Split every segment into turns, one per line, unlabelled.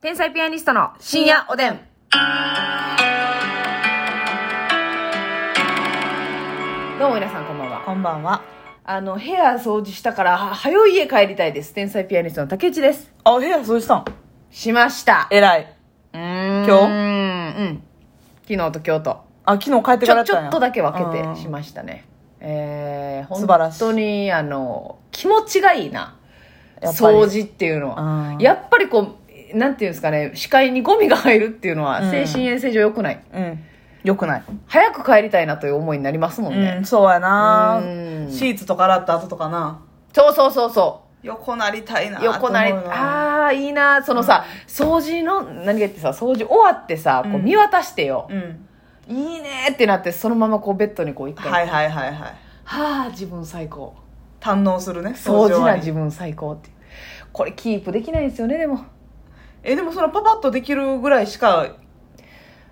天才ピアニストの深夜おでん。どうも皆さんこんばんは。
こんばんは。
あの、部屋掃除したから、は、はよい家帰りたいです。天才ピアニストの竹内です。
あ、部屋掃除したん
しました。
えらい。
うーん
今
うん。昨日と今日と。
あ、昨日帰って
ち
から
ょ、
や
ちょっとだけ分け
うん
てしましたね。えー、
素晴らしい
本当に、あの、気持ちがいいな。
やっぱり
掃除っていうのは
う。ん
やっぱりこう、なんていうんですかね、視界にゴミが入るっていうの
う
は、
ん
精神衛生上良くない。
うん。よくない。
早く帰りたいなという思いになりますもんね。
うん、そうやな
うん
シーツとか洗った後とかな。
そうそうそうそ
横なりたいな
う。横なり、
あ
ああ、いいな。そのさ、掃除の、何がってさ、掃除終わってさ、こう
うん
見渡してよ
う。ん。
いいねってなって、そのままこうベッドにこう一回。
はいはいはいはい。
はあ、自分最高。
堪能するね。
掃除
終
な
わり
自分最高って。これキープできないんですよね、でも。
え、でもそのパパッとできるぐらいしか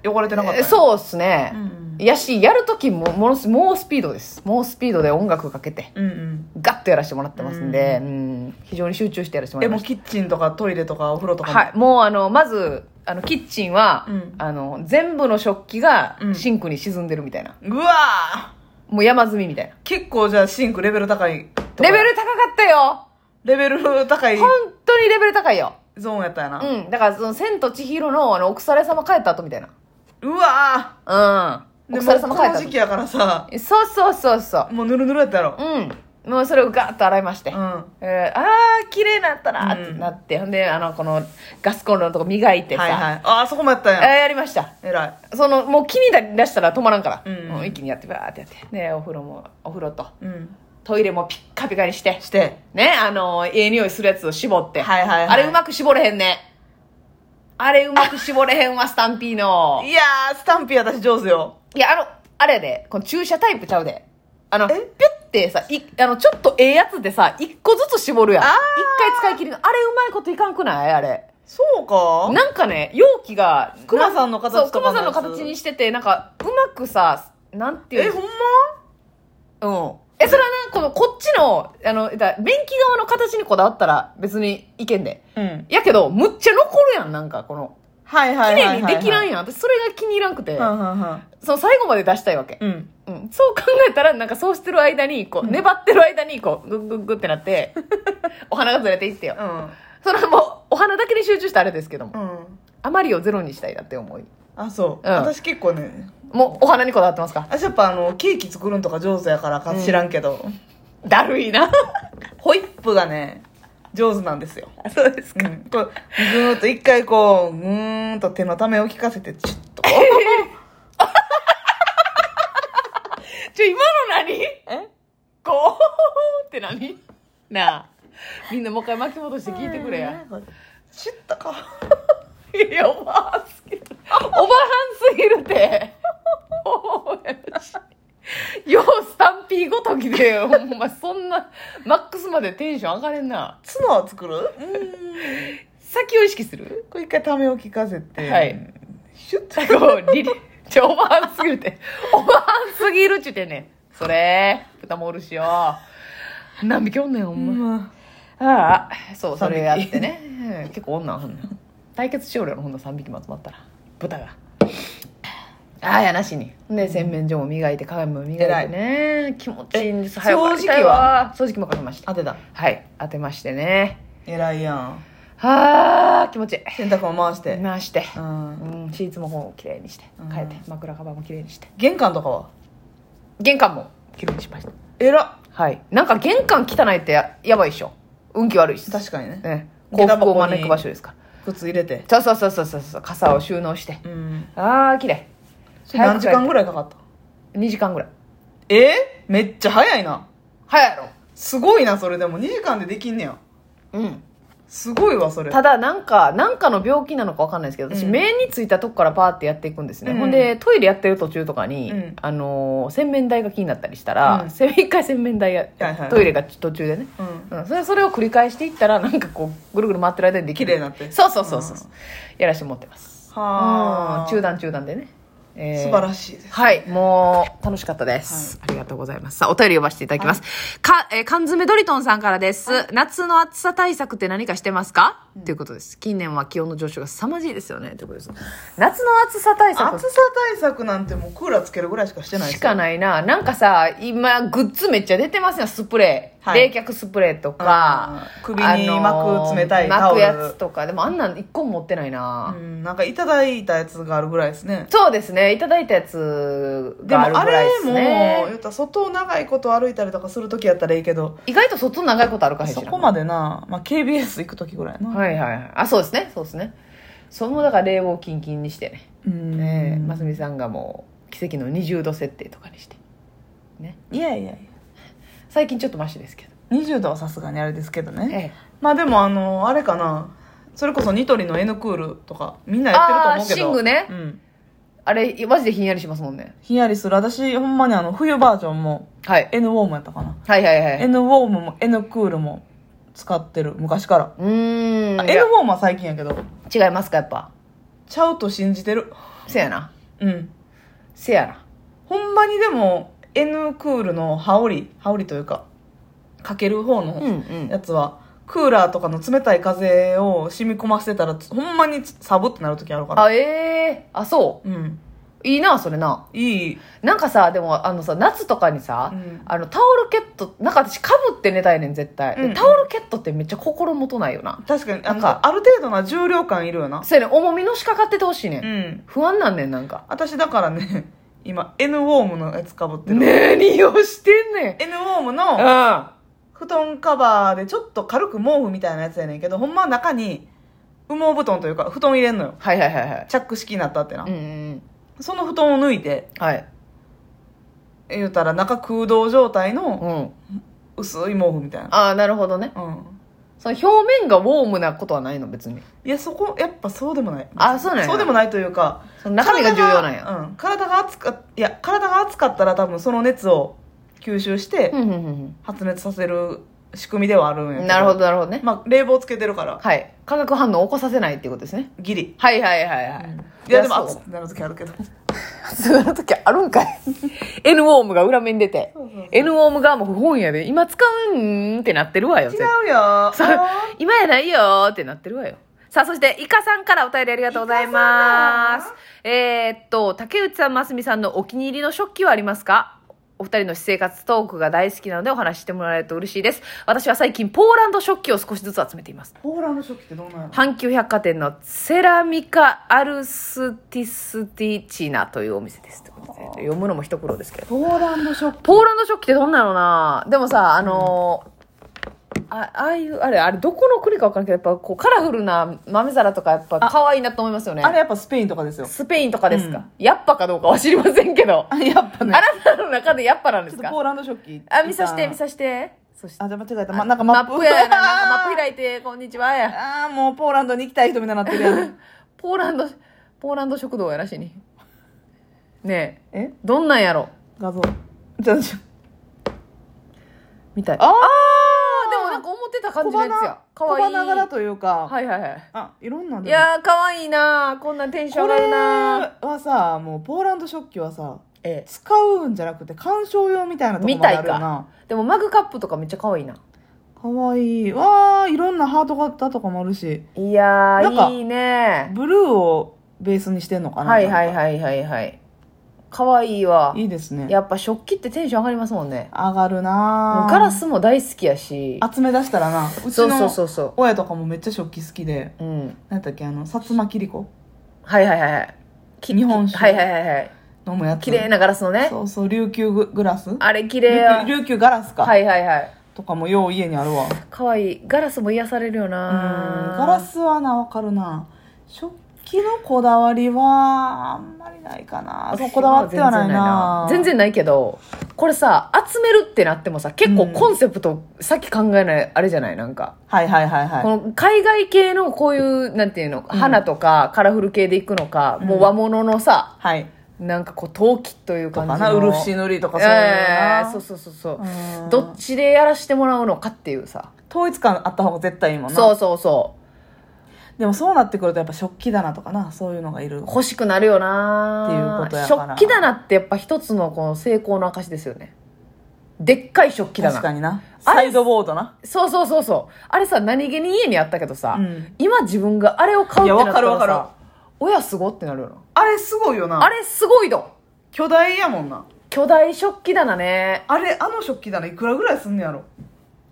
汚れてなかった、
えそうっすね
う。ん。
やし、やるときも、ものす、もうスピードです。もうスピードで音楽かけて、
うんうん。
ガッとやらせてもらってますんで、うん非常に集中してやらせてもら
え、
いま
も
した
う。キッチンとかトイレとかお風呂とかも。
はい、もうあのまずあのキッチンは、
うん
あの全部の食器が
うん
シンクに沈んでるみたいな、
うわー
もう山積みみたいな
結構じゃあシンクレベル高いとか
レベル高かったよ
レベル高い
本当にレベル高いよ
ゾーンやったやな。
うんだからその「千と千尋の」あのお腐れ様帰った後みたいう
わ
なうん
ー
お
でも
腐れ
う
様
こ
帰っ
の
た
時期やからさ、
後そうそうそうそ
もうぬるぬるやったやろ
う。うんもうそれをガーッと洗いまして、
うん。は
えーあー綺麗になったなーってなって、ほんであのこのガスコンロのとこ磨い
い
てさ、
はい。ああ、そこもやったん
えー
や。
やりました
えらい。
そのもう気になりだしたら止まらんから、
うん
もう一気にやってバーってやってねお風呂もお風呂と
うん。
トイレもピッカピカにして
して。
ねあのええ匂いするやつを絞って、
はいはいはい
あれうまく絞れへんねあれうまく絞れへんわスタンピーの
いやー、スタンピー私上手よ。
いやあのあれやでこの注射タイプちゃうであのピ
え
ュッてさいあのちょっとええやつでさ一個ずつ絞るやん一
あー
回使い切りのあれうまいこといかんくないあれ
そうか
なんかね容器が
熊さんの形
そう
と
熊
かの
さん
や
の
つ
形にしててなんかうまくさなんていうん
え、
です
ほんま
うん。え、それはな、この、こっちの、あの、だ便器側の形にこだわったら別にいけんで。
うん。
やけど、むっちゃ残るやん、なんか、この。
はいは
綺
いは
麗
いはい
に
はい。
できらんやん。私、それが気に入らんくて、
うんうんうん。
その最後まで出したいわけ。
うん。
うん。そう考えたら、なんかそうしてる間に、こう、粘ってる間に、こう、グッグッグッってな って、お花がずれていってよ。その、もう、お花だけに集中したあれですけども
う、ん。うん。
あまりをゼロにしたいなって思い。
あ、そう。
うん
私結構ね、
もう、お花にこだわってますか
私やっぱあの、ケーキ作るんとか上手やからか知らんけど、
だるいな。
ホイップがね、上手なんですよ。
そうです
う。ん、こうぐーっと一回こうぐーんと手のためを聞かせてちょっと
ちょ、今の何
え
こうって何なあみんなもう一回巻き戻して聞いてくれや
ちょっとこ
いやおばはんすぎるおばはんすぎるておーやしようスタンピーごときでほんまそんなマックスまでテンション上がれんな
角を作るうん
先を意識する
こう一回ためを聞かせて
はい
シュッと
こうリリちょおばはんすぎるておばはんすぎるっちゅうてんねんそれ豚もおるしよ何匹おんねんほんま、
ま
ああそうそ
三匹
れやってねうん結構女はほんなん対決しようよほんな3匹まとまったら豚がああやなしにで洗面所も磨いて鏡も磨いてね気持ちいいんです
え
早く帰りたいわ掃除機もかけました
当てた
はい当てましてね
偉いやん
はあ気持ちいい
洗濯も回して
回して、
うん
うん、シーツもこう綺麗にして
うん
変えて枕カバーも綺麗にして
玄関とかは
玄関も綺麗にしました
偉っ
はいなんか玄関汚いってややばいっしょ運気悪いし
確かにね
ね幸福を招く場所ですから
靴入れて
そうそうそうそうそうそう傘を収納して
うん
ああ綺麗
それ何時間
ぐ
ぐらいかかった
らい ?2 時間ぐらい
えめっちゃ早いな
早いや
すごいなそれでも2時間でできんねや
ろうん
すごいわそれ
ただなんかなんかの病気なのかわかんないですけど私、
うん
目についたとこからパーってやっていくんですね、
うん
ほんでトイレやってる途中とかに、
うん
あのー洗面台が気になったりしたら、
うん
せ一回洗面台や、
はいはい
トイレが途中でね、
うん
うん、それそれを繰り返していったらなんかこうぐるぐる回ってる間にできる
綺麗になって
そうそうそうそう、やらしてもってます
はあ
うん中断中断でねえ
素晴らしいです。
はい、もう楽しかったです、ありがとうございます。さあ、お便り読ませていただきます。か、えー缶詰ドリトンさんからです。夏の暑さ対策って何かしてますか、ということです。近年は気温の上昇が凄まじいですよね。ということです。夏の暑さ対策
暑さ対策なんてもうクーラーつけるぐらいしかしてない
しか
い。
ないな。なんかさ、今、グッズめっちゃ出てますよ、スプレー。
はい
冷却スプレーとか。
うん首に巻く冷たいタオル
巻くやつとか。でもあんなん一個も持ってないな。
うん、なんかいただいたやつがあるぐらいですね。
そうですね、いただいたやつ
でも
がある
あ
ぐらい
れ
です
も、
ね。
言うたら外を長いこと歩いたりとかするときやったらいいけど、
意外と外長いことあるから
そこま
で。
でな、まあ、KBS 行くときぐらいやな。
はいはいはい。あ、そうですね、そうですね。それもだから冷房キンキンにしてね。
うん
ねえ、ますみさんがもう、奇跡の20度設定とかにして。ね。
いやいやいや。
最近ちょっとマシですけど。
20度はさすがにあれですけど
ええ。
ね。まあでも、あの、あれかな。それこそニトリの N クールとか、みんなやってると
ああ
思
ー、
うけど。
シングね
う。ん。
あれ、マジでひんやりしますもんね。
ひんやりする。私、ほんまにあの、冬バージョンも、
はい。
N ウォームやったかな。
はいはいはい。
N ウォームも N クールも使ってる。昔から。
うーん。
あ
い
N ウォームは最近やけど、
や違いますか、やっぱ。
ちゃうと信じてる。
せやな。
うん。
せやな。
ほんまにでも、N クールの羽織、羽織というか、かける方
うんう
の
ん。
やつは、クーラーとかの冷たい風を染み込ませてたら、ほんまにサブってなる時あるから。
あ、ええあ、そ
うん。
う。いいな、それな。
いい。
なんかさ、でも、あのさ、夏とかにさ、
うん
あの、タオルケット、なんか私、かぶって寝たいねん、絶対。で
うんうん
タオルケットってめっちゃ心もとないよな。
確かに、あ
なん
の、
か
ある程度な重量感いるよな。
そうやねん、重みのしかかっててほしいねん。
うん。
不安なんねん、なんか。
私だからね、 今、N ウォームのやつかぶってる。
何をしてんねん。
N ウォーム
う
の
ん。
布団カバーでちょっと軽く毛布みたいなやつやねんけど、ほんまは中に羽毛布団というか、布団入れんのよ。
はいはいはいはい。
チャック式になったってな。
うんうんうん。
その布団を抜いて、
はい。
言うたら中空洞状態の
うん。
薄い毛布みたいな。
ああ、なるほどね。
うん。
その表面がウォームなことはないの、別に。
いや、そこ、やっぱそうでもない。
あそうなんや
そうでもないというか、
その中身が重要なんや。
体がうん。体が熱か、いや、体が熱かったら多分その熱を吸収して
う、んうんうん
発熱させる仕組みではあるんや
う
け
ん。なるほど、。なるほどね。
まあ、冷房つけてるから、
はい。化学反応を起こさせないっていうことですね。
ギリ。
はいはいはいはい。
いや、でも暑
そう
くなる時あるけど。
そんな時あるんかい ?N ウォームが裏面に出て
そうそうそう。
N ウォームがもう不本やで、今使うんってなってるわよ。
違
絶対
うよー。
そう今やないよーってなってるわよ。さあ、そして、イカさんからお便りありがとうございま
イカ
す
さん。
えーっと、竹内さん、ますみさんのお気に入りの食器はありますかお二人の私生活トークが大好きなのでお話ししてもらえると嬉しいです。私は最近ポーランド食器を少しずつ集めています。
ポーランド食器ってどうなんやろ
阪急百貨店のセラミカ・アルスティスティチナというお店です。ということで読むのも一苦労ですけど。
ポーランド食器。
ポーランド食器ってどんなのなでもさ、あのーあ、ああいう、あれ、あれ、どこの国かわからんけど、やっぱこう、カラフルな豆皿とか、やっぱ可愛いなと思いますよね。
あれやっぱスペインとかですよ。
スペインとかですか、
うん
やっぱかどうかは知りませんけど。
あやっぱ
あ
ね
な。たの中でやっぱなんで
ち
す
ょっと
か
ポーランド食器。
あ、見さして、見さして。そして、
あ、じゃあ間違えた。ま、なんかマップ。
やな。なんかマップ開いて、こんにちはや。
あーもうポーランドに行きたい人みたいになってる やん。
ポーランド、ポーランド食堂やらしいに。ねえ。
え
どんなんやろ
画像。じゃあ、じゃ
みたい。あ
ああ
でもなんか思ってた感じのやつや。かわいい。
小花柄というか、
はいはいはい。
あ、いろんなん
い
でも
やー、かわいいなーこんなんテンション
こ
上が
れ
るな
はさ、もうポーランド食器はさ、
え
使うんじゃなくて観賞用みたいなとこまであるよな。
え。でもマグカップとかめっちゃかわいいな。
かわいい。わあ、いろんなハート型とかもあるし、
いや
なんか
ー、いいね
ブルーをベースにしてんのかな。
はいはいはいはいはい。かわいいわ。
いいですね。
やっぱ食器ってテンション上がりますもんね。
上がるな
もう
あ
ガラスも大好きやし。
集め出したらな、うち
そうそう
の
そうそ
親とかもめっちゃ食器好きで、
う。うん。
なんだっけ、あの、薩摩切子
はいはいはいはい。き
日本酒
はいはいはいはい。
飲むやつ。
綺麗なガラスのね。
そうそう、琉球ググラス
あれ綺麗や
琉。球琉球ガラスか。
はいはいはい。
とかもよう家にあるわ。
かわいい。ガラスも癒されるよ
う
なん
ガラスはな、わかるな。食器のこだわりは、あんまりないかな。そうこだわってはないな。
全然ないけどこれさ集めるってなってもさ結構コンセプト、さっき考えないあれじゃないなんか、
はいはいはいは
この海外系のこういうなんていうの花とかカラフル系でいくのか、もう和物の
い。
さ
はい。
なんかこう陶器という
と
感
か
じ
な、
の
漆塗りとかそういうの
えー
な
そうそうそうそう
うん
どっちでやらしてもらうのかっていうさ
統一感あった方が絶対いいもんな。
そうそうそ
でもそうなってくるとやっぱ食器棚とかなそういうのがいる
欲しくなるよな
っていうことやから
食器棚ってやっぱ一つのこの成功の証ですよねでっかい食器
確
棚
かにな
あれ
サイドボードな
そうそうそうそうあれさ何気に家にあったけどさ、
うん
今自分があれを買うってなったらさ
いやわかるわか
親すごってなるよな、
あれすごいよな
あれすごいど
巨大やもんな
巨大食器棚ね
あれあの食器棚いくらぐらいすんねやろ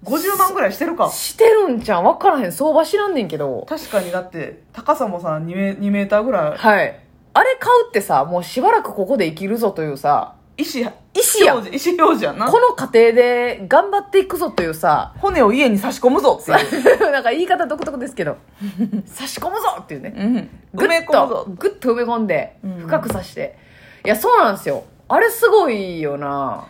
50万ぐらいしてるか
してるんちゃん分からへん相場知らんねんけど
確かにだって高さもさ 2, メ2メーターぐら
はいあれ買うってさもうしばらくここで生きるぞというさ
い石や
意思やん
表示石表示やんな
この過程で頑張っていくぞというさ
骨を家に差し込むぞってい う、
なんか言い方独特ですけど差し込むぞっていうね
うん、
ぐ
埋め
っ
込むぞ
とぐっと埋め込んで
うん
深く刺して、いやそうなんですよあれすごいよな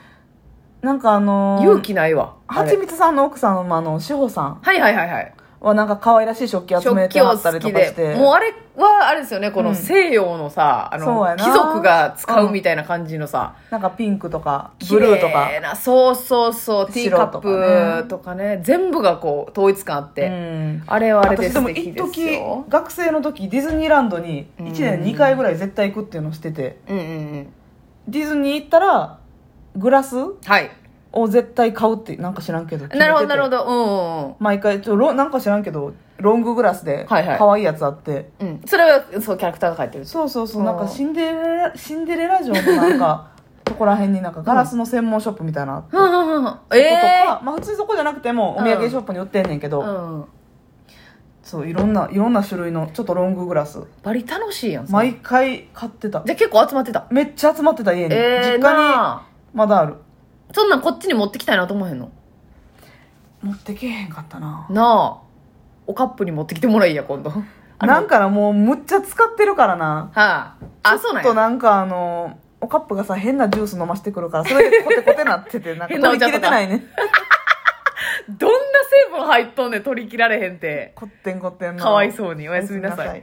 なんかあのー、
勇気ないわあ
は
れ
ちみつさんの奥さんのあの志保さん
はいはいはいはい
はなんか可愛らしい食器集め
食
て
器
あ
を
ったり
好
と
き
かして
でもうあれはあれですよねこ
う
の
ん
西洋のさ、あ
そう
の
やな
貴族が使うみたいな感じのさ、
なんかピンクとかブルーとか
綺麗なそうそうそうティーカ
白
ッ
とかね
プとかね全部がこう統一感あって、
うん
あれはあれで
私で
素
も
敵
一
です
時
よ
学生の時ディズニーランドに1年2回ぐらい絶対行くっていうのをしてて
うんうんうん
ディズニー行ったらグラス
はい
を絶対買うってなんか知らんけど
なるほどなるほ
ど
どうんうん
毎回ちょロなんか知らんけどロンググラスで
はいはい
可愛いやつあって、
うん、うん、それはそうキャラクターが書いてる
そうそうそ
あ
う
ー
なんかシンデレラシンデレラ城のなんか とこら辺になんかガラスの専門ショップみたいな、
はんはんはんはん
と
え
か、まあ、普通にそこじゃなくてもお土産ショップに売ってんねんけ
え
ど、
うん、
そういろんないろんな種類のちょっとロンググラス
バリ楽しいやんそれ
毎回買ってた
じゃあ結構集まってた
めっちゃ集まってた家に、
ええ
実家に
なあ
まだある
そんなんこっちに持ってきたいなと思わへんの
持ってけえへんかったな
なあおカップに持ってきてもらいいや今度は
なんかなもうむっちゃ使ってるからな
ああそうなん
ちょっと
や
なんかあのおカップがさ変なジュース飲ましてくるからそれでコテコテなっててなんか
変なお
取
茶
り切れてないね
どんな成分入っとんねん取り切られへんって
こってんこってんの
かわいそうにおやすみなさい